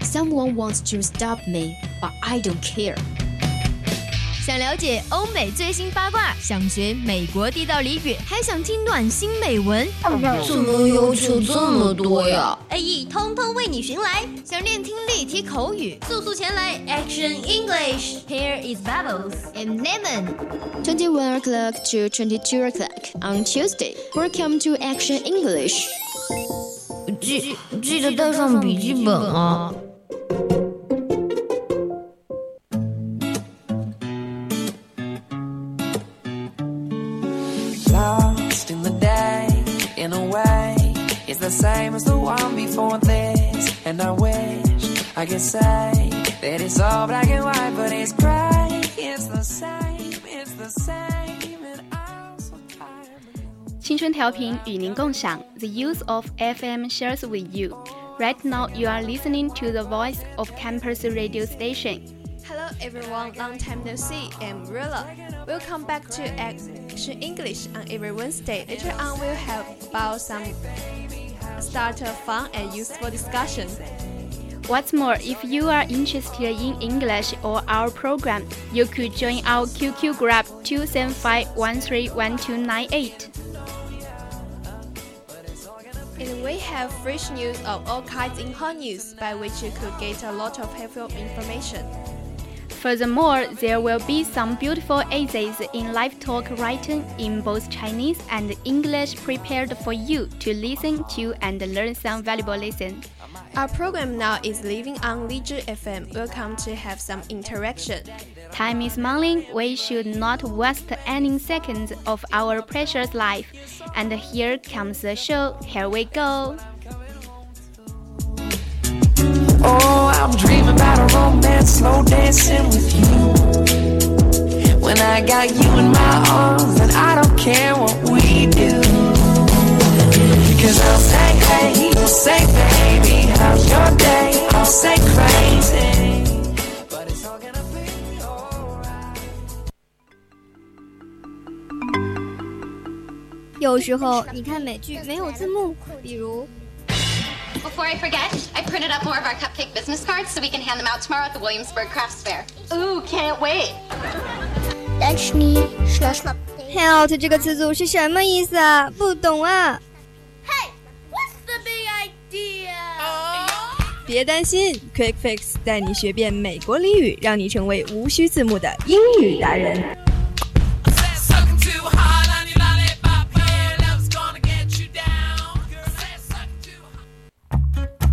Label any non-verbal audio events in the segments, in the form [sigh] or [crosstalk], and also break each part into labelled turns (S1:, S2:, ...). S1: Someone wants to stop me, but I don't care.
S2: 想了解欧美最新八卦，想学美国地道俚语，还想听暖心美文，
S3: 怎么要求这么多呀？
S2: a E 通通为你寻来。想练听力、提口语，速速前来 Action English。Here is Bubbles and Lemon。
S1: 21 o'clock to 22 o'clock on Tuesday. Welcome to Action English.
S3: 记记得带上笔记本啊！
S4: Lost in the day, in a way, it's the same as the one before this. And I wish I could say that it's all black and white, but it's gray. It's the same, it's the same, and I'm so tired. of losing.
S5: 青春调频与您共享，The Youth of FM shares with you. Right now, you are listening to the voice of campus radio station.
S6: Hello everyone, long time no see. I'm Rilla. Welcome back to Action English on every Wednesday. Later on, we'll have about some start a fun and useful discussion.
S5: What's more, if you are interested in English or our program, you could join our QQ group 275131298.
S6: And we have fresh news of all kinds in hot news, by which you could get a lot of helpful information.
S5: Furthermore, there will be some beautiful essays in live talk writing in both Chinese and English prepared for you to listen to and learn some valuable lessons.
S6: Our program now is living on Leisure FM. Welcome to have some interaction.
S5: Time is money. We should not waste any seconds of our precious life. And here comes the show. Here we go.
S4: Oh, I'm dreaming about a romance, slow dancing with you. When I got you in my arms, and I don't care what we do. Cause I'll say, hey, you'll say, baby, how's your day? I'll say, crazy. But it's all gonna be alright.
S7: 有时候你看美剧没有字幕，比如
S8: Before I forget, I printed up more of our cupcake business cards so we can hand them out tomorrow at the Williamsburg Crafts Fair. Ooh, can't wait.
S7: “help” 这个词组是什么意思啊？不懂啊！
S3: 别担心，Quick Fix 带你学遍美国俚语，让你成为无需字幕的英语达人。
S4: I said, sucking too hard on your lollipop. Your love's gonna get you down. Girl, I said, sucking too hard.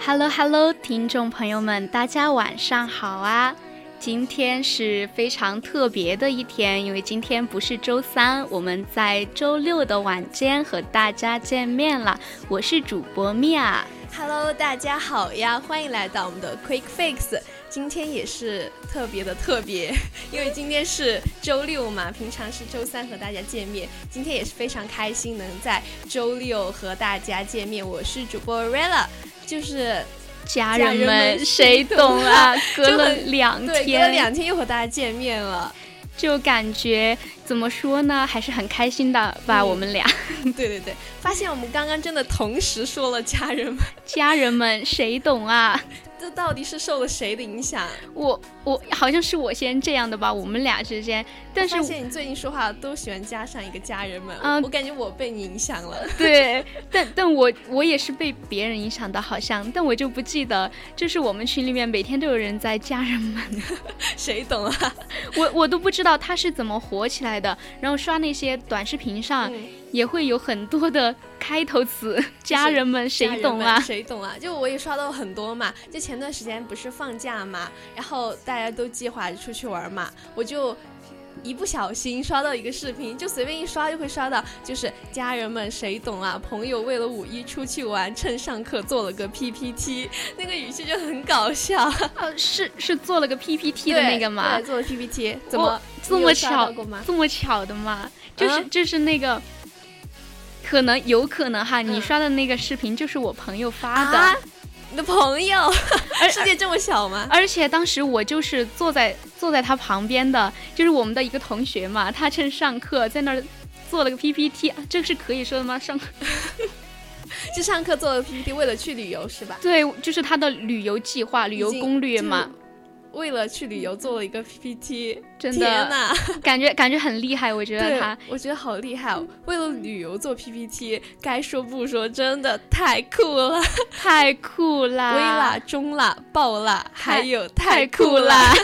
S5: Hello Hello，听众朋友们，大家晚上好啊！今天是非常特别的一天，因为今天不是周三，我们在周六的晚间和大家见面了。我是主播米娅。
S6: Hello，大家好呀，欢迎来到我们的 Quick Fix。今天也是特别的特别， [laughs] 因为今天是周六嘛，平常是周三和大家见面，今天也是非常开心能在周六和大家见面。我是主播 Rella，就是
S5: 家人
S6: 人们
S5: 们，
S6: 谁
S5: 谁
S6: 懂
S5: 懂 [laughs]
S6: 啊
S5: 啊？
S6: 就
S5: 隔了
S6: 很
S5: 两
S6: 对，隔
S5: 天，
S6: 了两天又和大家见面了。 [laughs]
S5: 就感觉怎么说呢，还是很开心的吧？
S6: 嗯
S5: 我们俩
S6: 对对对，发现我们刚刚真的同时说了家人们，
S5: [laughs]
S6: [laughs]
S5: 家人们，谁懂啊？
S6: 这到底是受了谁的影响？
S5: 我我好像是我先这样的吧，我们俩之间，但是
S6: 发现你最近说话都喜欢加上一个家人们，
S5: 啊
S6: 我感觉我被你影响了。 [laughs]
S5: 对，但但我我也是被别人影响的，好像，但我就不记得，就是我们群里面每天都有人在家人们， [laughs]
S6: 谁懂啊？
S5: 我我都不知道他是怎么火起来的，然后刷那些短视频上。
S6: 嗯
S5: 也会有很多的开头词，家人们谁懂
S6: 家人们
S5: 啊？ [laughs]
S6: 谁懂啊？就我也刷到很多嘛，就前段时间不是放假嘛，然后大家都计划出去玩嘛，我就。一不小心刷到一个视频，就随便一刷就会刷到，就是家人们谁懂啊？朋友为了五一出去玩，趁上课做了个 PPT，那个语气就很搞笑。
S5: 呃，是是做了个 PPT 的那个吗
S6: 对？做了 PPT，怎
S5: 我
S6: 么
S5: 这
S6: 你
S5: 么
S6: 有刷到
S5: 巧
S6: 过吗？
S5: 这么巧的吗？就是、
S6: 嗯
S5: 就是那个，可能有可能哈，你
S6: 嗯
S5: 刷的那个视频就是我朋友发的，
S6: 啊你的朋友，
S5: 而
S6: 世界这么小吗？
S5: 而且当时我就是坐在坐在他旁边的，就是我们的一个同学嘛，他趁上课在那儿做了个 PPT，啊这是可以说的吗？
S6: [laughs]
S5: 上
S6: 就上课做了 PPT，为了去旅游是吧？
S5: 对，就是他的旅游计划、旅游攻略嘛，
S6: 为了去旅游做了一个 PPT，
S5: 真
S6: 天
S5: 的
S6: 呐，
S5: 感觉感觉很厉害，我觉得
S6: 对
S5: 他，
S6: 我觉得好厉害哦！为了旅游做 PPT，该说不说，真的太酷了，
S5: 太酷啦，
S6: 微辣、中辣、爆辣，还有太
S5: 酷
S6: 啦！
S5: 啦！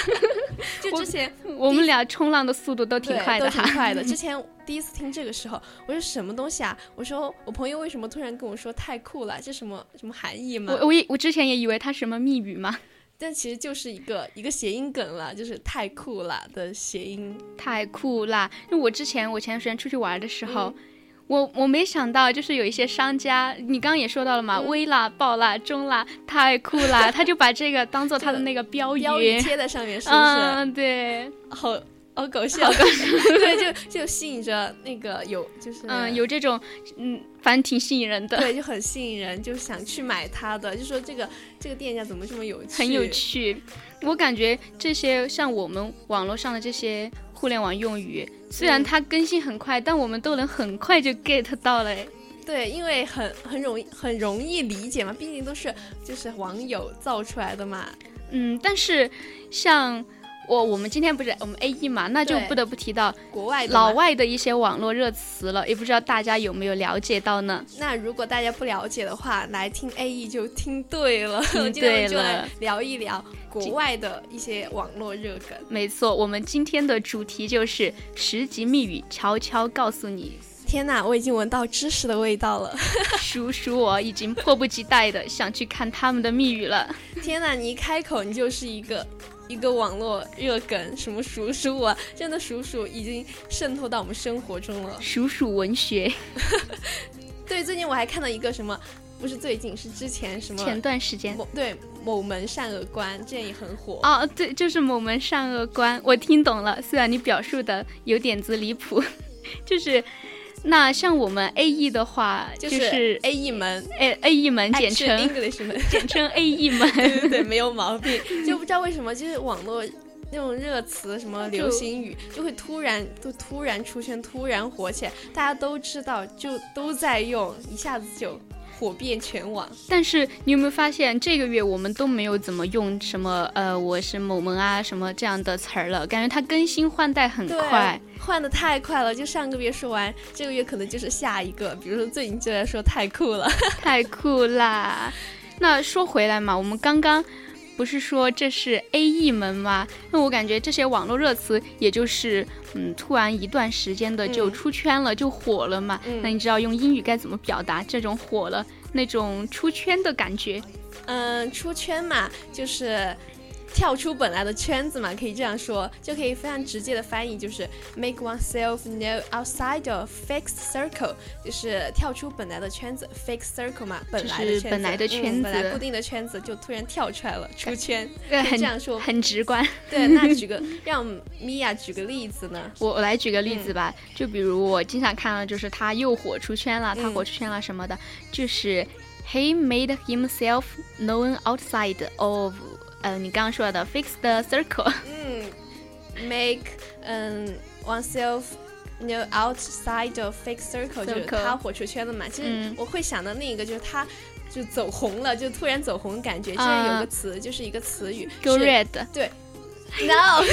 S6: 就之前
S5: 我们俩冲浪的速度都挺
S6: 对
S5: 快的
S6: 都挺
S5: 哈。[laughs]
S6: 快的。之前第一次听这个时候，我说什么东西啊？我说我朋友为什么突然跟我说太酷了？这什么什么含义吗？
S5: 我我也我之前也以为它什么密语嘛，
S6: 但其实就是一个一个谐音梗了，就是太酷了的谐音。
S5: 太酷啦！因为我之前我前段时间出去玩的时候，
S6: 嗯
S5: 我我没想到就是有一些商家，你刚刚也说到了
S6: 嗯
S5: 嘛，微辣、爆辣、中辣、太酷
S6: [laughs]
S5: 啦，他就把这个当做他的那个标语。
S6: 标语贴在上面，是不是？
S5: 嗯，对，
S6: 好好搞笑， [laughs] 对，就就吸引着那个有就是
S5: 嗯，有这种，嗯，反正挺吸引人的，
S6: 对，就很吸引人，就想去买它的，就说这个这个店家怎么这么有趣，
S5: [laughs] 很有。趣。我感觉这些像我们网络上的这些互联网用语，虽然
S6: 嗯
S5: 它更新很快，但我们都能很快就 get 到了。哎
S6: 对，因为很很容易很容易理解嘛，毕竟都是就是网友造出来的嘛。
S5: 嗯，但是像我我们今天不是我们 A E 嘛，那就
S6: 对
S5: 不得不提到
S6: 国外的嘛
S5: 老外的一些网络热词了，也不知道大家有没有了解到呢？
S6: 那如果大家不了解的话，来听 A E 就听对了。
S5: 听
S6: 今天我
S5: 对
S6: 们就
S5: 了
S6: 来聊一聊国外的一些网络热梗。
S5: 没错，我们今天的主题就是十级密语，悄悄告诉你，
S6: 天哪，我已经闻到知识的味道了。
S5: 叔叔我已经迫不及待的想去看他们的密语了。
S6: 天呐，你一开口你就是一个一个网络热梗，什么叔叔啊，真的叔叔已经渗透到我们生活中了。
S5: 数数文学，
S6: 对，最近我还看到一个什么，不是最近，是之前什么
S5: 前段时间。
S6: 某对某门善恶官，之前也很火。
S5: 哦，对，就是某门善恶官，我听懂了。虽然你表述的有点子离谱， [laughs] 就是那像我们 A E 的话，就
S6: 就是 A E 门，
S5: A A E 门，简
S6: Action
S5: 称
S6: English 门，
S5: [laughs] 简称 A E
S6: 对对
S5: 门。
S6: 对，没有毛病。就不知道为什么，就是网络那种热词，什么流行语，就会突然就突然出现，突然火起来，大家都知道，就都在用，一下子就火遍全网。
S5: 但是你有没有发现，这个月我们都没有怎么用什么呃，我是某萌啊什么这样的词儿了，感觉它更新换代很
S6: 对， [laughs]
S5: 快。
S6: 换的太快了，就上个月说完，这个月可能就是下一个。比如说最近就在说太酷了，
S5: 太酷啦！那说回来嘛，我们刚刚不是说这是 A E 门吗？那我感觉这些网络热词，也就是嗯，突然一段时间的就
S6: 嗯
S5: 出圈了，就火了嘛。
S6: 嗯
S5: 那你知道用英语该怎么表达这种火了那种出圈的感觉？
S6: 嗯，出圈嘛，就是。跳出本来的圈子嘛，可以这样说，就可以非常直接的翻译，就是 make oneself know outside of fixed circle，就是跳出本来的圈子，fixed circle 嘛，本来的圈子，
S5: 本来的圈
S6: 嗯本
S5: 子
S6: 来固定的圈子就突然跳出来了，出圈，
S5: 呃
S6: 可以
S5: 很
S6: 这样说。
S5: 很直观。
S6: 对，那举
S5: [laughs]
S6: 个让米娅举个例子呢？
S5: 我我来举个例
S6: 嗯
S5: 子吧，就比如我经常看到，就是他又火出圈了，他
S6: 嗯
S5: 火出圈了什么的，就是 he made himself known outside of 呃你刚刚说的 fixed circle， [laughs]
S6: 嗯，make 嗯 oneself know outside of fake circle，就是
S5: Circle
S6: 他火出圈了嘛。其实
S5: 嗯
S6: 我会想到另一个，就是他就走红了，就突然走红的感觉。之前有
S5: 啊
S6: 个词，就是一个词语
S5: go
S6: 是
S5: red， [laughs]
S6: 对。No，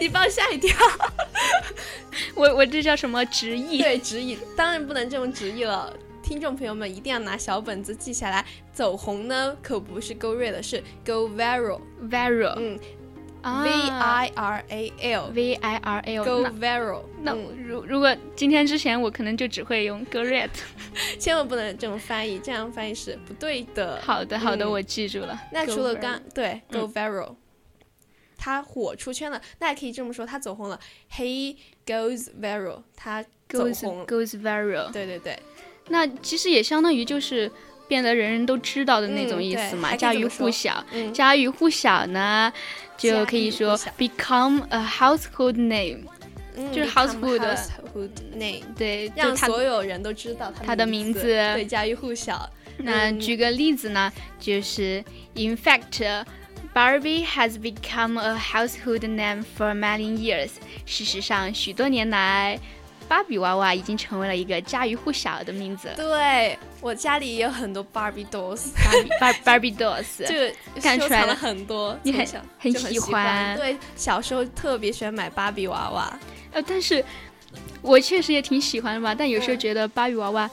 S6: 你把我吓一跳。
S5: 我我这叫什么直译？
S6: 对，直译当然不能这么直译了。听众朋友们一定要拿小本子记下来。走红呢，可不是 go red，是 go viral。
S5: viral，
S6: 嗯
S5: 啊
S6: V I R A L
S5: V I R L。
S6: Go
S5: 那
S6: viral。
S5: 那
S6: 嗯
S5: 如如果今天之前，我可能就只会用 g o r e t
S6: 千万不能这么翻译，这样翻译是不对的。
S5: 好的，好的，
S6: 嗯
S5: 我记住了。
S6: 那
S5: Go
S6: 除了
S5: viral
S6: 刚对 Go
S5: 嗯
S6: viral，他火出圈了，那也可以这么说，他走红了。He goes viral，他走
S5: goes
S6: 红了。
S5: goes viral，
S6: 对对对，
S5: 那其实也相当于就是变得人人都知道的那种
S6: 嗯
S5: 意思
S6: 对
S5: 嘛，
S6: 还可以
S5: 家
S6: 这
S5: 喻
S6: 么
S5: 户
S6: 说
S5: 晓。
S6: 嗯
S5: 家喻户晓呢，就
S6: 家
S5: 可以
S6: 喻户
S5: 说
S6: 晓
S5: become a household name，
S6: 嗯
S5: 就是
S6: become
S5: household
S6: household name，
S5: 对，就
S6: 让
S5: 它
S6: 所有人都知道
S5: 他的名
S6: 名
S5: 字
S6: 对，家喻户晓。
S5: 那
S6: 嗯
S5: 举个例子呢，就是 In fact。Barbie has become a household name for many years。事实上，许多年来，芭比娃娃已经成为了一个家喻户晓的名字了。
S6: 对我家里也有很多 Barbie dolls，
S5: 芭比芭芭比 dolls，
S6: [laughs] 就
S5: 看
S6: 收
S5: 出来
S6: 藏
S5: 了
S6: 了很多，
S5: 你很
S6: 从小
S5: 很
S6: 就很
S5: 喜欢
S6: 欢。对，小时候特别喜欢买芭比娃娃。
S5: 呃，但是我确实也挺喜欢的嘛，但有时候觉得芭比娃娃，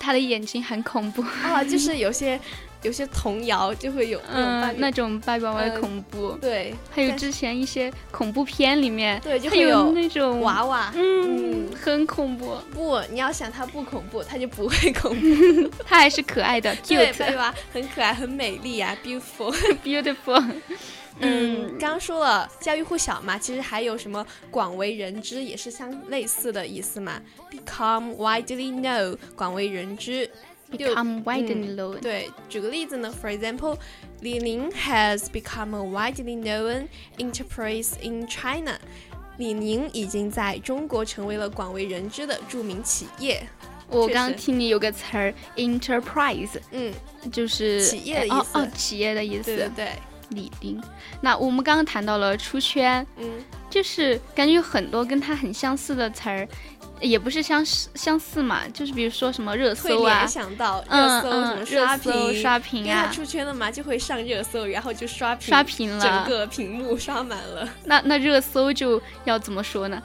S5: 她的眼睛很恐怖，
S6: 啊，就是有些有些童谣就会有那种
S5: 嗯、
S6: 芭比
S5: 那种芭比娃娃的
S6: 嗯
S5: 恐怖，
S6: 对
S5: 还有
S6: 但
S5: 之前一些恐怖片里面，
S6: 对
S5: 它
S6: 就会有
S5: 那种
S6: 娃娃，
S5: 嗯，很恐怖，
S6: 不，你要想它不恐怖，它就不会恐
S5: [laughs]
S6: 怖。
S5: 它还是可爱的
S6: [laughs] 对，芭比
S5: ，cute，beautiful，
S6: 娃很可爱，很美丽啊，beautiful。
S5: [laughs] 嗯
S6: [laughs] 嗯，刚刚说了家喻户晓嘛，其实还有什么广为人知，也是相类似的意思嘛。Become widely known，广为人知。就
S5: become wide and low，、
S6: 嗯对，举个例子呢，For example，李宁 has become a widely known enterprise in China。李宁已经在中国成为了广为人知的著名企业。
S5: 我
S6: 确
S5: 刚
S6: 实
S5: 听你有个词儿 enterprise，
S6: 嗯，
S5: 就是
S6: 企业的意
S5: 哦
S6: 思
S5: 哦，企业的意
S6: 对对
S5: 思，
S6: 对，
S5: 李宁。那我们刚刚谈到了出圈。
S6: 嗯，
S5: 就是感觉有很多跟它很相似的词儿，也不是相似相似嘛，就是比如说什么热
S6: 会
S5: 搜啊
S6: 联，想到热
S5: 嗯
S6: 搜、
S5: 嗯，
S6: 什么
S5: 热搜
S6: 屏，
S5: 刷
S6: 因
S5: 屏
S6: 为它
S5: 啊，
S6: 出圈了嘛，就会上热搜，然后就刷屏，
S5: 刷屏
S6: 整
S5: 了。
S6: 个屏幕刷满了。
S5: 那那热搜就要怎么说呢？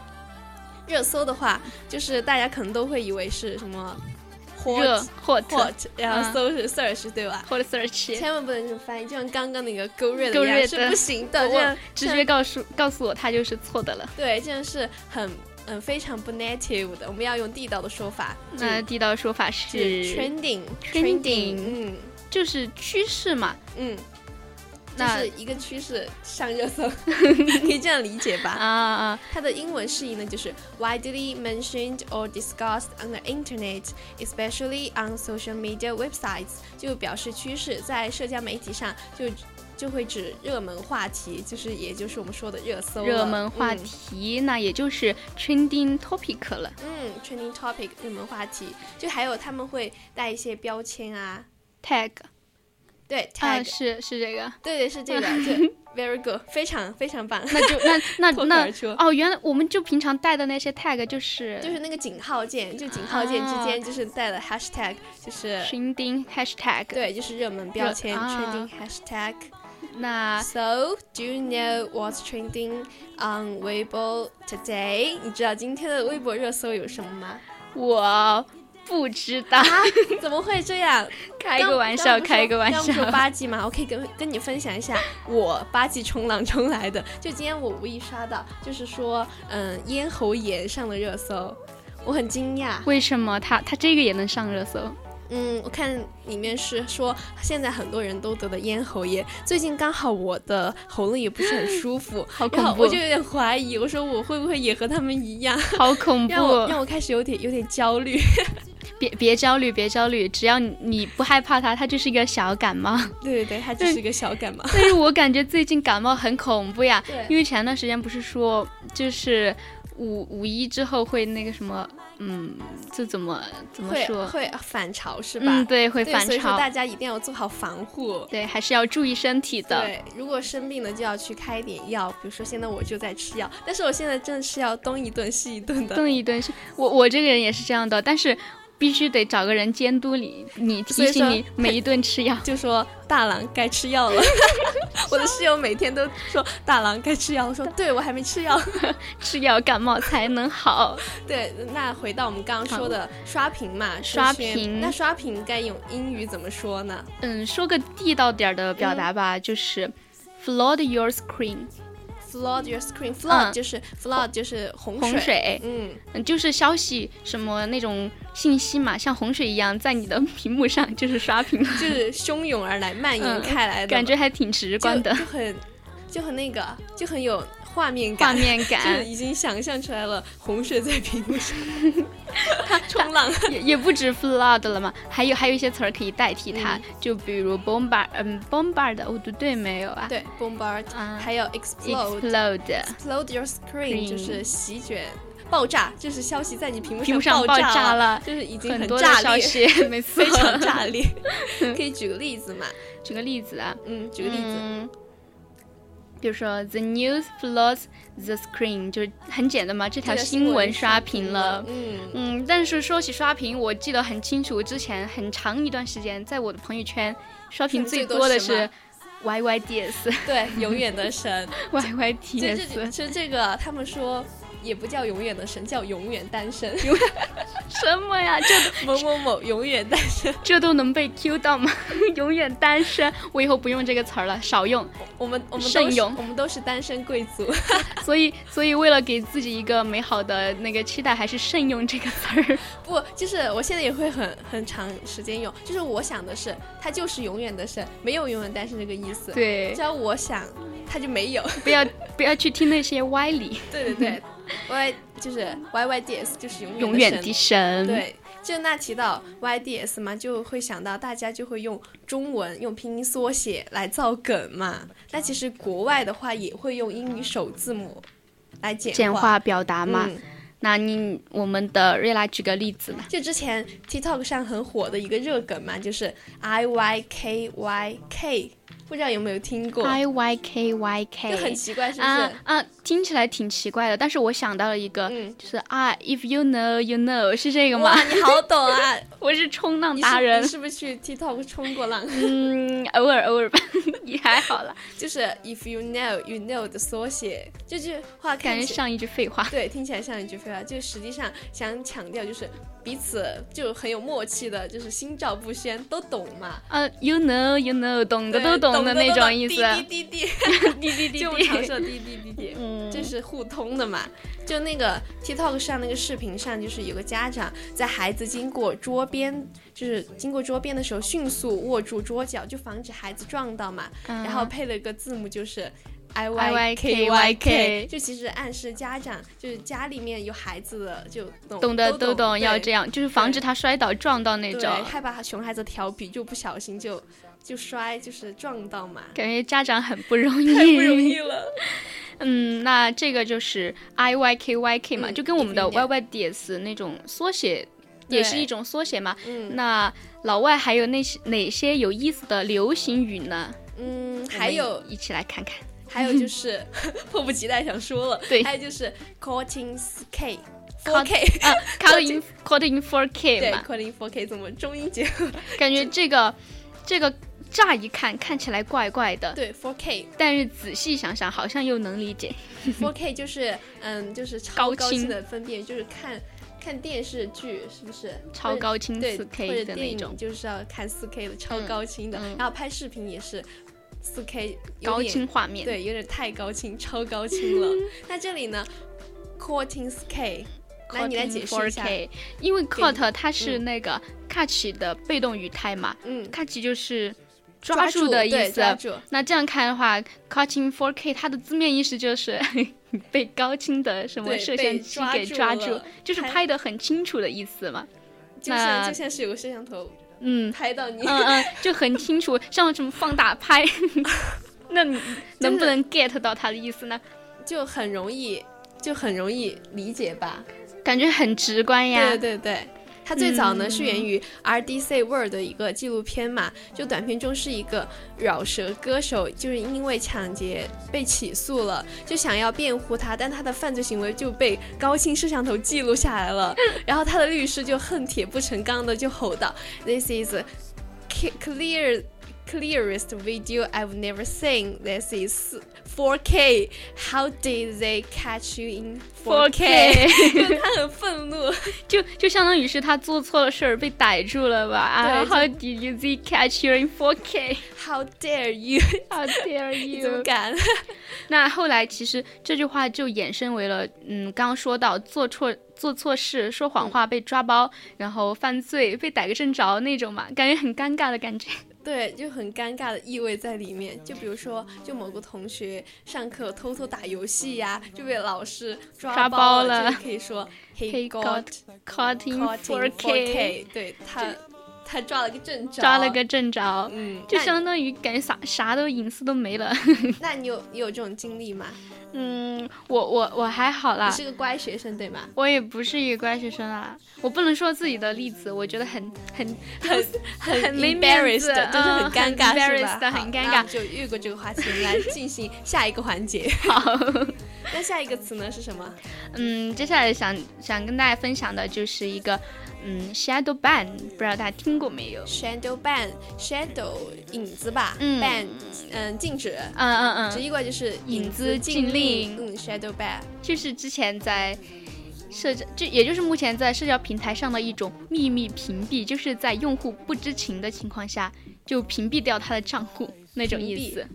S6: 热搜的话，就是大家可能都会以为是什么 hot
S5: 热 hot
S6: hot，然后
S5: 嗯
S6: 搜是 search 对吧？
S5: hot search，
S6: 千万不能这么翻译，就像刚刚那个 go red
S5: Go
S6: 一样
S5: red
S6: 是不行的，这
S5: 我
S6: 样
S5: 直觉告诉告诉我它就是错的了。
S6: 对，这样是很嗯非常不 native 的，我们要用地道的说法，
S5: 那地道说法
S6: 就是 trending
S5: trending
S6: 嗯
S5: 就是趋势嘛，
S6: 嗯，就
S5: 那
S6: 是啊一个趋势上热
S5: [laughs]
S6: 搜，可以这样理解吧？
S5: 啊啊
S6: 它的英文释义呢，就是 widely mentioned or discussed on the internet, especially on social media websites，就表示趋势在社交媒体上就就会指热门话题，就是也就是我们说的热搜了嗯
S5: 热门话。题，那也就是 trending topic 了。
S6: 嗯嗯，trending topic 热门话题，就还有他们会带一些标签啊，
S5: tag
S6: 对
S5: 啊
S6: tag，、
S5: 是是这
S6: [laughs]
S5: 个，
S6: 对对
S5: [laughs]
S6: 是这个，对 very good，非常非常棒，
S5: 那就那那
S6: 脱口
S5: 那
S6: 而出
S5: 哦，原来我们就平常带的那些 tag 就是
S6: [laughs] 就是那个井号键，就井号键之
S5: 啊
S6: 间就是带了 hashtag，就是。
S5: trending hashtag。，
S6: 对，就是热啊门标签、
S5: 啊
S6: trending hashtag。
S5: 那
S6: So do you know what's trending on Weibo today？你知道今天的微博热搜有什么吗？
S5: 我不知道，
S6: [laughs] 啊怎么会这 [laughs] 样？
S5: 开个玩笑，开一个玩
S6: 刚不说
S5: 笑。
S6: [laughs] 八 G 吗？我可以跟跟你分享一下我八 G 冲浪冲来的。就今天我无意刷到，就是说，嗯，咽喉炎上了热搜，我很惊讶。
S5: 为什么他他这个也能上热搜？
S6: 嗯，我看里面是说现在很多人都得了咽喉炎，最近刚好我的喉咙也不是很舒服，
S5: [laughs] 好
S6: 然后
S5: 恐怖
S6: 我就有点怀疑，我说我会不会也和他们一
S5: [laughs]
S6: 样，
S5: 好恐
S6: 让我
S5: 怖！
S6: 让我开始有点有点焦
S5: [laughs]
S6: 虑。
S5: 别别焦虑，别焦虑，只要你你不害怕它，它就是一个小感
S6: [laughs]
S5: 冒。
S6: 对对对，它只是一个小感冒。
S5: 但是我感觉最近感冒很恐怖呀
S6: 对，
S5: 因为前段时间不是说就是五五一之后会那个什么，嗯，这怎么怎么
S6: 会
S5: 说？
S6: 会反潮是吧？
S5: 嗯，对，会
S6: 对，
S5: 反
S6: 所以说
S5: 潮。
S6: 大家一定要做好防护。
S5: 对，还是要注意身体的。
S6: 对，如果生病了就要去开一点药，比如说现在我就在吃药，但是我现在真的是要东一顿西一顿的，
S5: 顿一顿是，我我这个人也是这样的，但是必须得找个人监督你，你
S6: 所
S5: 提
S6: 以
S5: 醒
S6: 说 [laughs]
S5: 你每一顿吃药。
S6: 就说大郎该吃药 [laughs] 了。我的室友每天都说大郎该吃药，我 [laughs] 说对我还没吃药。
S5: 吃药感冒才能好。
S6: 对，那回到我们刚刚说的嗯刷屏嘛，
S5: 刷
S6: 出圈
S5: 屏
S6: 那刷屏该用英语怎么说呢？
S5: 嗯，说个地道点儿的表达吧，就是 flood your screen。
S6: flood your screen，flood、
S5: 嗯
S6: 就是 flood 就是洪水，
S5: 洪水，
S6: 嗯，
S5: 嗯，就是消息什么那种信息嘛，像洪水一样在你的屏幕上就是刷
S6: [laughs]
S5: 屏了，
S6: 就是汹涌而来，蔓延
S5: 嗯
S6: 开来的，
S5: 感觉还挺直观的
S6: 就就很就很那个，就很有画面
S5: 画
S6: 感。
S5: 面
S6: [laughs] 就是
S5: 感，
S6: 已经想象出来了，洪水在屏幕 [laughs] 上冲浪，
S5: 也也不止 flood 了嘛，还有还有一些词儿可以代替它，就比如 bombard，嗯，bombard，哦，对对，没有啊，
S6: 对，bombard，、
S5: 啊
S6: 还有 explode，explode
S5: ，explode。
S6: your screen
S5: Screen
S6: 就是席卷、爆炸，就是消息在你屏幕
S5: 屏幕
S6: 上
S5: 上爆
S6: 炸
S5: 炸了
S6: 就是已经
S5: 很多的
S6: 炸
S5: 消
S6: 裂，
S5: 息，没错
S6: 非。常炸裂。可以举个例子嘛？
S5: 举个例子啊，
S6: 嗯，举个例子，
S5: 嗯，比如说 the news floods the screen，就是很简单嘛，这条
S6: 这个
S5: 新闻刷
S6: 屏
S5: 屏了。
S6: 嗯，
S5: 嗯，但是说起刷屏，我记得很清楚，之前很长一段时间，在我的朋友圈刷屏最多的
S6: 最多
S5: 是 [laughs] YYDS、
S6: 对，永远
S5: [laughs]
S6: 的神。这这
S5: YYTS，
S6: 这这个，他们说也不叫永远的神，叫永远单身。
S5: 什么呀？这
S6: [laughs] 某某某永远单身。
S5: 这都能被 Q 到吗？ [laughs] 永远单身，我以后不用这个词儿了，少用。
S6: 我们我们都
S5: 慎
S6: 是
S5: 勇
S6: 我们都是单身贵族。
S5: 所以，所以为了给自己一个美好的那个期待，还是慎用这个词儿。 [laughs]
S6: 不，就是我现在也会很很长时间用。就是我想的是，他就是永远的神，没有永远单身这个意思。，
S5: 对
S6: 只，要我想，他就
S5: [laughs]
S6: 没有。
S5: 不要不要去听那些歪理，
S6: 对对对，Y [laughs] 就是 Y Y D S 就是永远
S5: 永远
S6: 的
S5: 的
S6: 神。
S5: 神。，
S6: 对，郑娜提到 Y D S 嘛，就会想到大家就会用中文用拼音缩写来造梗嘛。那其实国外的话也会用英语首字母来简
S5: 简化表达嘛。
S6: 嗯
S5: 那你我们的瑞拉举个例子嘛？
S6: 就之前 TikTok 上很火的一个热梗嘛，就是 I Y K Y K，不知道有没有听过？
S5: I Y K Y
S6: 就很
S5: K
S6: 奇怪，是不是？
S5: 啊啊，听起来挺奇怪的，但是我想到了一个，
S6: 嗯
S5: 就是啊，If you know, you know，是这个吗
S6: 哇，？你好懂啊！
S5: [laughs] 我是冲浪
S6: 你
S5: 达
S6: 是
S5: 人
S6: 你，是不是去 TikTok 冲过浪？ [laughs]
S5: 嗯，偶尔偶尔吧， [laughs] 也还好啦，
S6: 就是 If you know, you know 的缩写。这句话看
S5: 感觉
S6: 起
S5: 像一句废话。
S6: 对，听起来像一句废话，就实际上想强调就是彼此就很有默契的，就是心照不宣，都懂嘛。
S5: 啊，you know, you know，懂的
S6: 对
S5: 都
S6: 懂
S5: 的那
S6: 都
S5: 种
S6: 懂
S5: 意思。
S6: 滴滴滴滴。
S5: 滴滴 [laughs] 滴
S6: 就我
S5: 滴，
S6: 们常说的滴滴滴滴，嗯，这是互通的嘛。就那个 TikTok 上那个视频上，就是有个家长在孩子经过桌边，就是经过桌边的时候，迅速握住桌角，就防止孩子撞到嘛。
S5: 嗯
S6: 然后配了一个字母，就是。I Y K Y K，
S5: IYKYK
S6: 就其实暗示家长就是家里面有孩子的就懂
S5: 懂的都懂，要这
S6: 样
S5: 样，就是防止他摔倒撞到那
S6: 对，
S5: 种。
S6: 害怕熊孩子调皮就不小心就就摔就是撞
S5: [laughs]
S6: 到嘛，
S5: 感觉家长很不容
S6: [laughs] 太不容易
S5: 易。 [laughs]
S6: 了。
S5: 嗯，那这个就是 I Y K Y K 嘛，
S6: 嗯
S5: 就跟我们的
S6: 一点
S5: Y Y D S 那种缩写，也是一种缩写嘛。
S6: 嗯，
S5: 那老外还有那些哪些有意思的流行语呢？
S6: 嗯，
S5: 我
S6: 还
S5: 们
S6: 有
S5: 一起来看
S6: [laughs]
S5: 看。
S6: 还有就是 [laughs] 迫不及待想说了，
S5: 对
S6: 还有就是 Cotton K。4 K，
S5: 啊，Caught in Caught in 4K
S6: 对
S5: 嘛，
S6: ，Cotton 4 K 怎么中英结合？
S5: 感觉这个这个乍一看看起来怪怪的，
S6: 对，4 [laughs] K，
S5: 但是仔细想想好像又能理解。
S6: 4 K 就是嗯，就是超
S5: 高
S6: 高清
S5: 清
S6: 的分辨，就是看看电视剧是不是
S5: 超高清
S6: 对，
S5: 4
S6: 或者
S5: K 的
S6: 电
S5: 那
S6: 影
S5: 种，
S6: 就是要看4 K 的超高清的，然后拍视频也是4 K
S5: 高清画面。
S6: 对，有点太高清，超高清 [laughs] 了。那这里呢，Cotton K，那你来解释一下，
S5: 4K，因为 caught 它是那个 catch 的被动语态嘛
S6: 嗯，
S5: ，catch 就是抓住的
S6: 对
S5: 意
S6: 抓
S5: 思。
S6: 住，
S5: 那这样看的话，catching 4K 它的字面意思就是 [laughs] 被高清的什么
S6: 对
S5: 摄像
S6: 被
S5: 机
S6: 抓
S5: 给
S6: 住
S5: 抓
S6: 了
S5: 住，就是
S6: 拍
S5: 拍的很清楚的意思
S6: [laughs]
S5: 嘛。
S6: 就像
S5: 那
S6: 就像是有个摄像头
S5: 嗯
S6: 拍到你，
S5: 嗯嗯，就很清楚，像什么放大拍。那你能不能 get 到它的意思呢？
S6: [laughs] 就很容易就很容易理解吧。
S5: 感觉很直观呀。
S6: 对对对。它最早呢是源于 RDC World 的一个纪录片嘛，就短片中是一个饶舌歌手，就是因为抢劫被起诉了，就想要辩护他，但他的犯罪行为就被高清摄像头记录下来了，然后他的律师就恨铁不成钢的就吼道：“This is a clear clearest video I've never seen. This is 4K. How did they catch you in 4K?
S5: 4K
S6: [laughs] 他很愤怒。
S5: 就就相当于是他做错了事儿被逮住了吧？啊
S6: 对就
S5: ，How did you z catch you in 4K?
S6: How dare [laughs] you？
S5: How [laughs] dare
S6: 你怎么
S5: you？
S6: 敢？
S5: 那后来其实这句话就衍生为了，嗯，刚刚说到做错做错事、说谎话被抓包，然后犯罪被逮个正着那种嘛，感觉很尴尬的感觉。
S6: [laughs] 对，就很尴尬的意味在里面。就比如说，就某个同学上课偷偷打游戏呀、就被老师
S5: 抓
S6: 抓
S5: 包
S6: 了，
S5: 了
S6: 就可
S5: [laughs]
S6: 以说 He
S5: He
S6: got
S5: got caught in
S6: caught in
S5: 4K，
S6: 4K，对他，他抓了个正着，
S5: 抓了个正着，
S6: 嗯，
S5: 就
S6: 那
S5: 相当于感觉啥啥都隐私都没了。 [laughs]
S6: 那你有你有这种经历吗？
S5: 嗯，我我我还好啦
S6: 你，是个乖学生
S5: [laughs]
S6: 对吗？
S5: 我也不是一个乖学生啦，我不能说自己的例子，我觉得很很
S6: 很很
S5: 很 [laughs] 没面
S6: embarrassed，
S5: 子
S6: 就是
S5: 嗯
S6: 很尴尬，
S5: 很
S6: 是吧
S5: embarrassed，
S6: 好
S5: 很尴
S6: 那
S5: 尬
S6: 我们就越过这个话题，我们来进行下一个环节。
S5: [laughs] 好。
S6: [laughs] 那下一个词呢是什么？
S5: 嗯，接下来想想跟大家分享的就是一个嗯 shadow ban，不知道大家听过没有？
S6: shadow ban shadow 影子吧、
S5: 嗯
S6: b a n 嗯禁止，
S5: 嗯嗯
S6: 直
S5: 嗯，
S6: 译过来就是
S5: 影
S6: 子
S5: 子
S6: 禁
S5: 禁令
S6: 嗯，shadow ban，
S5: 就是之前在。社交就也就是目前在社交平台上的一种秘密屏蔽，就是在用户不知情的情况下就屏蔽掉他的账户那种意思。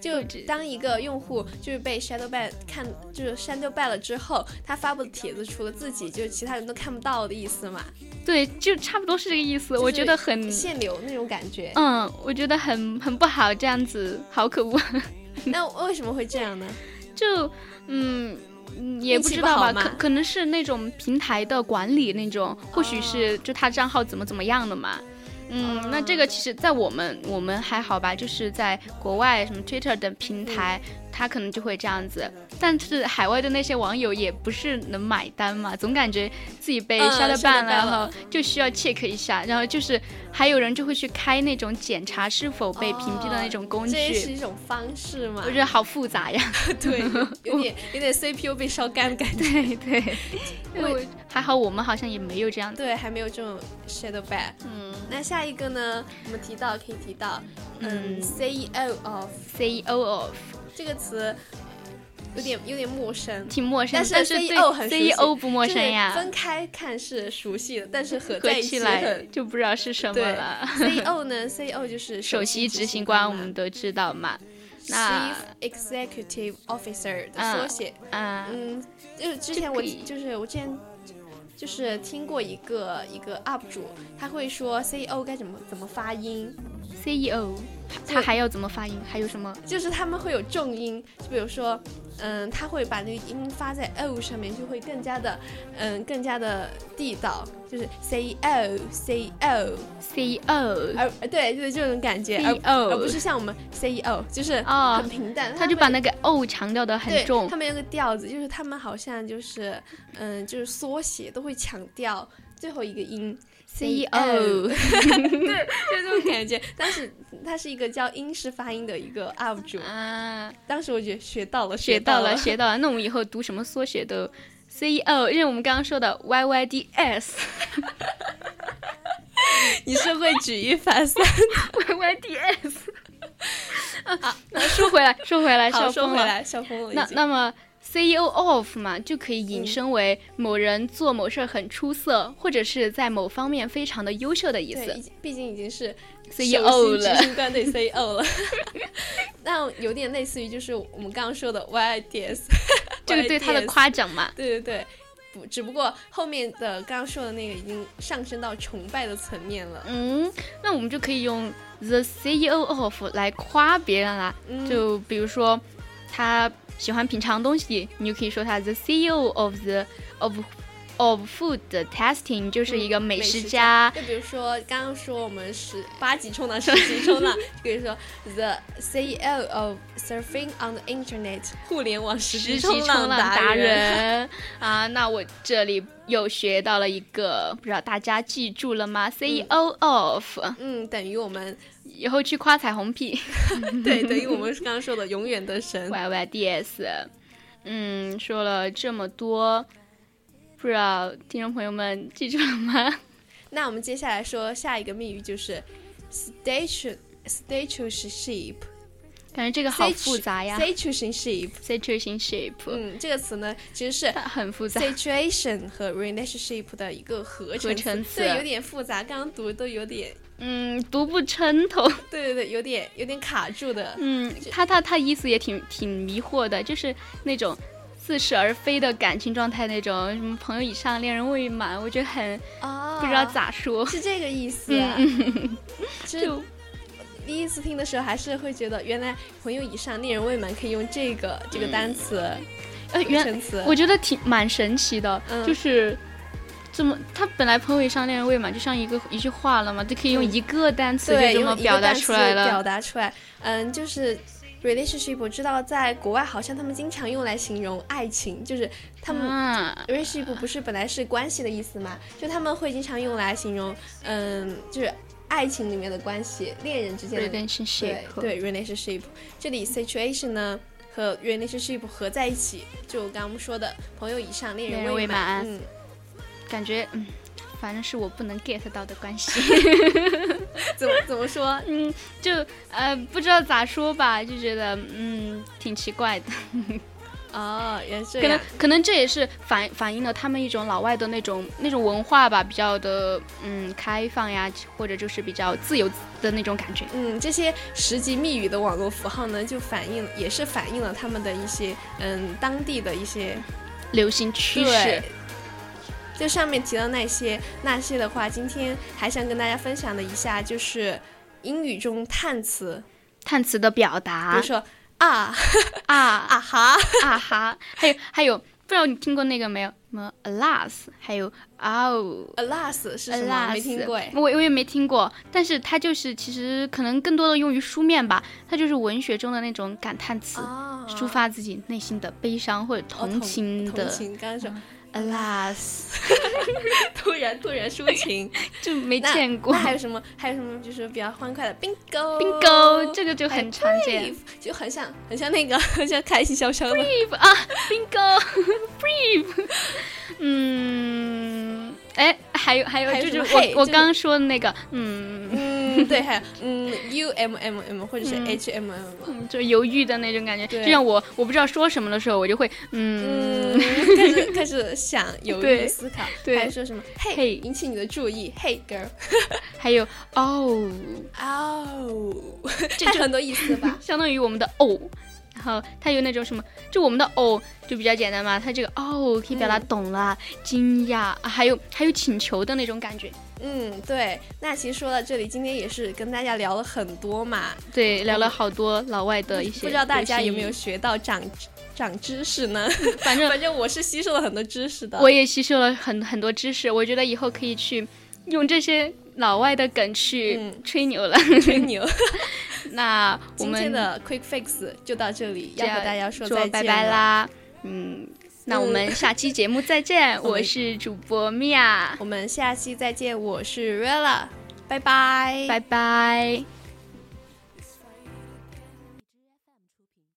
S6: 就
S5: 指
S6: 当一个用户就是被 shadow ban 看，就是 shadow ban 了之后，他发布的帖子除了自己，就是其他人都看不到的意思嘛，
S5: 对，就差不多是这个意思。
S6: 就是
S5: 我觉得很，
S6: 限流那种感觉。
S5: 嗯，我觉得很很不好，这样子好可恶。
S6: 那为什么会这样呢？
S5: 就嗯。嗯也
S6: 运
S5: 不
S6: 气
S5: 知
S6: 不
S5: 道
S6: 好
S5: 吧，
S6: 吗
S5: 可可能是那种平台的管理那种，或许
S6: 哦
S5: 是就他账号怎么怎么样的嘛。嗯，那这个其实，在我们我们还好吧，就是在国外什么 Twitter 等平台，
S6: 嗯
S5: 他可能就会这样子。但是海外的那些网友也不是能买单嘛，总感觉自己被
S6: 嗯
S5: 杀了
S6: shadow
S5: 办
S6: ban
S5: 了，然后就需要 check 一下，然后就是还有人就会去开那种检查是否被屏蔽的那种工具，
S6: 哦这也是一种方式嘛
S5: 嗯我，觉得好复杂
S6: [laughs]
S5: 呀。 [laughs]
S6: 对，有点有点 CPU 被烧干的感觉。
S5: 对对，因
S6: [laughs]
S5: 为还好我们好像也没有这样的。
S6: 对，还没有这种 shadow ban。
S5: 嗯
S6: 那下一个呢？我们提到可以提到，嗯
S5: 嗯
S6: ，CEO of
S5: ，CEO E of
S6: 这个词有点有点陌生，
S5: 挺陌生
S6: 但
S5: 的，
S6: 是
S5: 但是
S6: CEO 很熟悉
S5: 对 CEO 不陌生
S6: 就是
S5: 呀
S6: 分，开看是熟悉的，但是合在
S5: 合
S6: 一
S5: 起
S6: 起
S5: 来
S6: 很。
S5: 就不知道是什么
S6: 对 E
S5: 了。 [laughs]
S6: CEO 呢？CEO 就是
S5: 首席执行官我们都知道嘛，那
S6: 那 Chief Executive Officer 的
S5: 嗯
S6: 缩写。
S5: 啊，
S6: 嗯，就是之前我
S5: 这可以
S6: 就是我之前就是听过一个一个 UP 主，他会说 CEO 该怎么怎么发音，
S5: CEO，他 E 还要怎么发音？还有什么？
S6: 就是他们会有重音，就比如说，嗯，他会把那个音发在 o 上面，就会更加的，嗯，更加的地道，就是 c o c o，
S5: CEO，
S6: 而对就是这种感觉，而
S5: CEO
S6: 而不是像我们 c e o，就是
S5: 哦
S6: 很平淡，
S5: 他就把
S6: 们。
S5: 那个 O 强调的很
S6: 对
S5: 重
S6: 他。们有个调子，就是他们好像就是，嗯，就是缩写都会强调最后一个音 E
S5: [laughs] CEO
S6: 对，就这种感觉。但是他是一个教英式发音的一个 UP 主，
S5: 啊，
S6: 当时我觉得学到了，
S5: 嗯学
S6: 到
S5: 到了，学到了。那我们以后读什么缩写都 CEO，因为我们刚刚说的 [laughs] YYDS。
S6: 你是会举一反三。
S5: YYDS。啊，那说回
S6: [laughs]
S5: 来，说回来，
S6: 好，
S5: [laughs] 笑
S6: 说
S5: 疯
S6: 回
S5: 了。
S6: 来，笑疯了已经。嗯
S5: 那那么 CEO of 嘛，就可以引申为某人做某事儿很出色，或者是在某方面非常的优秀的意
S6: 对，已
S5: 思。
S6: 经毕竟已经是
S5: CEO
S6: 首
S5: E
S6: 席
S5: 了
S6: 执行官对 CEO
S5: [laughs]
S6: 了。那有点类似于就是我们刚刚说的 YIDS，
S5: [laughs] 这个对他的
S6: YIDS
S5: 夸奖嘛。
S6: 对对对，不，只不过后面的刚刚说的那个已经上升到崇拜的层面了。
S5: 嗯，那我们就可以用 the CEO of 来夸别人啦。
S6: 嗯
S5: 就比如说他喜欢品尝东西，你就可以说他 the CEO of the of of food tasting，就是一个
S6: 嗯
S5: 美食
S6: 食
S5: 家。
S6: 就比如说刚刚说我们十八级冲浪，十级冲浪，就可以说 the CEO of surfing on the internet，互联网十
S5: 实
S6: 级
S5: 习
S6: 冲浪
S5: 浪达
S6: 人。
S5: 人 [laughs] 啊！那我这里又学到了一个，不知道大家记住了吗？CEO of，
S6: 嗯，等于我们
S5: 以后去夸彩虹屁
S6: 对，等于我们刚刚说的永远的
S5: [laughs]
S6: 神。
S5: YYDS。嗯，说了这么多，不知道听众朋友们记住了吗？ [laughs]
S6: 那我们接下来说下一个密语就是 station situationship，
S5: 感觉这个好复杂呀。
S6: Situationship，
S5: situationship，
S6: 嗯，这个词呢其实是
S5: 很复杂。
S6: situation 和 relationship 的一个合成
S5: 合成词
S6: 对，有点复杂，刚刚读都有点，
S5: 嗯，读不抻头。
S6: 对对对，有点有点卡住的。
S5: 嗯，他他他意思也挺挺迷惑的，就是那种似是而非的感情状态，那种什么朋友以上、恋人未满，我觉得很
S6: 哦
S5: 不知道咋说。
S6: 是这个意思、啊。 [laughs] 其实
S5: 就
S6: 第一次听的时候，还是会觉得原来朋友以上、恋人未满可以用这个、这个单词
S5: [laughs] 呃，
S6: 合
S5: 原
S6: 成词。
S5: 我觉得挺蛮神奇的，
S6: 嗯
S5: 就是这么，他本来朋友以上恋人未满，就像一个一句话了嘛，就可以用一个单词就
S6: 嗯对，
S5: 这
S6: 用
S5: 么
S6: 一个
S5: 表达
S6: 单词
S5: 出来
S6: 表
S5: 了。
S6: 达出来，嗯，就是。relationship 我知道，在国外好像他们经常用来形容爱情，就是他们
S5: 嗯，
S6: relationship 不是本来是关系的意思嘛？就他们会经常用来形容，嗯，就是爱情里面的关系，恋人之间的
S5: relationship，
S6: 对对 relationship。这里 situation 呢和 relationship 合在一起，就我刚刚我们说的朋友以上，恋
S5: 恋
S6: 人
S5: 人
S6: 未
S5: 未满
S6: 嗯，
S5: 感觉嗯，反正是我不能 get 到的关系。 [laughs]
S6: 怎么 [laughs] 怎么说？
S5: 嗯，就呃不知道咋说吧，就觉得嗯挺奇怪的，
S6: 哦，原来是
S5: 可
S6: 这
S5: 能
S6: 样。
S5: 可能这也是反反映了他们一种老外的那种那种文化吧，比较的嗯开放呀，或者就是比较自由的那种感觉。
S6: 嗯，这些十级密语的网络符号呢，就反映也是反映了他们的一些嗯当地的一些
S5: 流行趋势
S6: 对。就上面提到那些那些的话，今天还想跟大家分享的一下就是英语中叹词，
S5: 叹词的表
S6: 比
S5: 达
S6: 如，说啊
S5: 啊
S6: 啊
S5: 啊
S6: 哈，
S5: 啊哈， [laughs] 还有还有，不知道你听过那个没有？什么 alas，还有啊哦。
S6: alas 是什么？
S5: alas，
S6: 没听过哎。
S5: 我我也没听过，但是它就是其实可能更多的用于书面吧，它就是文学中的那种感叹词，
S6: 哦
S5: 抒发自己内心的悲伤或者
S6: 哦
S5: 同情的嗯
S6: 同情，刚刚说
S5: alas，
S6: [laughs] 突然突然抒情，
S5: 就 [laughs] 没
S6: 那
S5: 见过
S6: 那。还有什么？还有什么？就是比较欢快的 bingo
S5: bingo 这个就很常见
S6: Brave，就很像很像那个 [laughs] 很像开心消消的。
S5: ，brief 啊，bingo，brief，嗯，哎，还有还有
S6: 还有
S5: 就
S6: 什
S5: 是
S6: 么嘿
S5: 我我
S6: 就是
S5: 刚刚说的那个，嗯，
S6: 嗯，对，还有嗯 u m m m 或者是 h m m m，
S5: 嗯就犹豫的那种感觉，
S6: 对
S5: 就像我我不知道说什么的时候，我就会
S6: 嗯 [laughs]
S5: 嗯，
S6: 开始开
S5: [laughs]
S6: 始想犹豫
S5: 对
S6: 思考，
S5: 对
S6: 还有说什么嘿
S5: 嘿
S6: 引起你的注意嘿 girl，
S5: 还有哦，
S6: [laughs] 哦，
S5: 这
S6: 还
S5: 就？
S6: 有很多意思吧
S5: [laughs] 相当于我们的哦，然后它有那种什么，就我们的哦就比较简单嘛，它这个哦可以表
S6: 嗯
S5: 达懂了、惊讶，啊还有还有请求的那种感觉。
S6: 嗯，对。那其实说到这里，今天也是跟大家聊了很多嘛，
S5: 对，聊了好多老外的一些，
S6: 嗯不知道大家有没有，学到长长知识呢？
S5: 嗯反正
S6: [laughs] 反正我是吸收了很多知识的。
S5: 我也吸收了很很多知识，我觉得以后可以去用这些老外的梗去
S6: 嗯
S5: 吹牛了。
S6: [laughs] 吹牛。
S5: [laughs] 那我
S6: 今
S5: 们
S6: 天的 quick fix 就到这里，
S5: 这
S6: 要
S5: 样
S6: 和大家说
S5: 说
S6: 再见
S5: 拜拜
S6: 了。
S5: 啦，嗯。那我们下期节目再
S6: [laughs]
S5: 见，我
S6: 们
S5: 是主播米娅，
S6: 我们下期再见，我是 Rella，拜拜，
S5: 拜拜。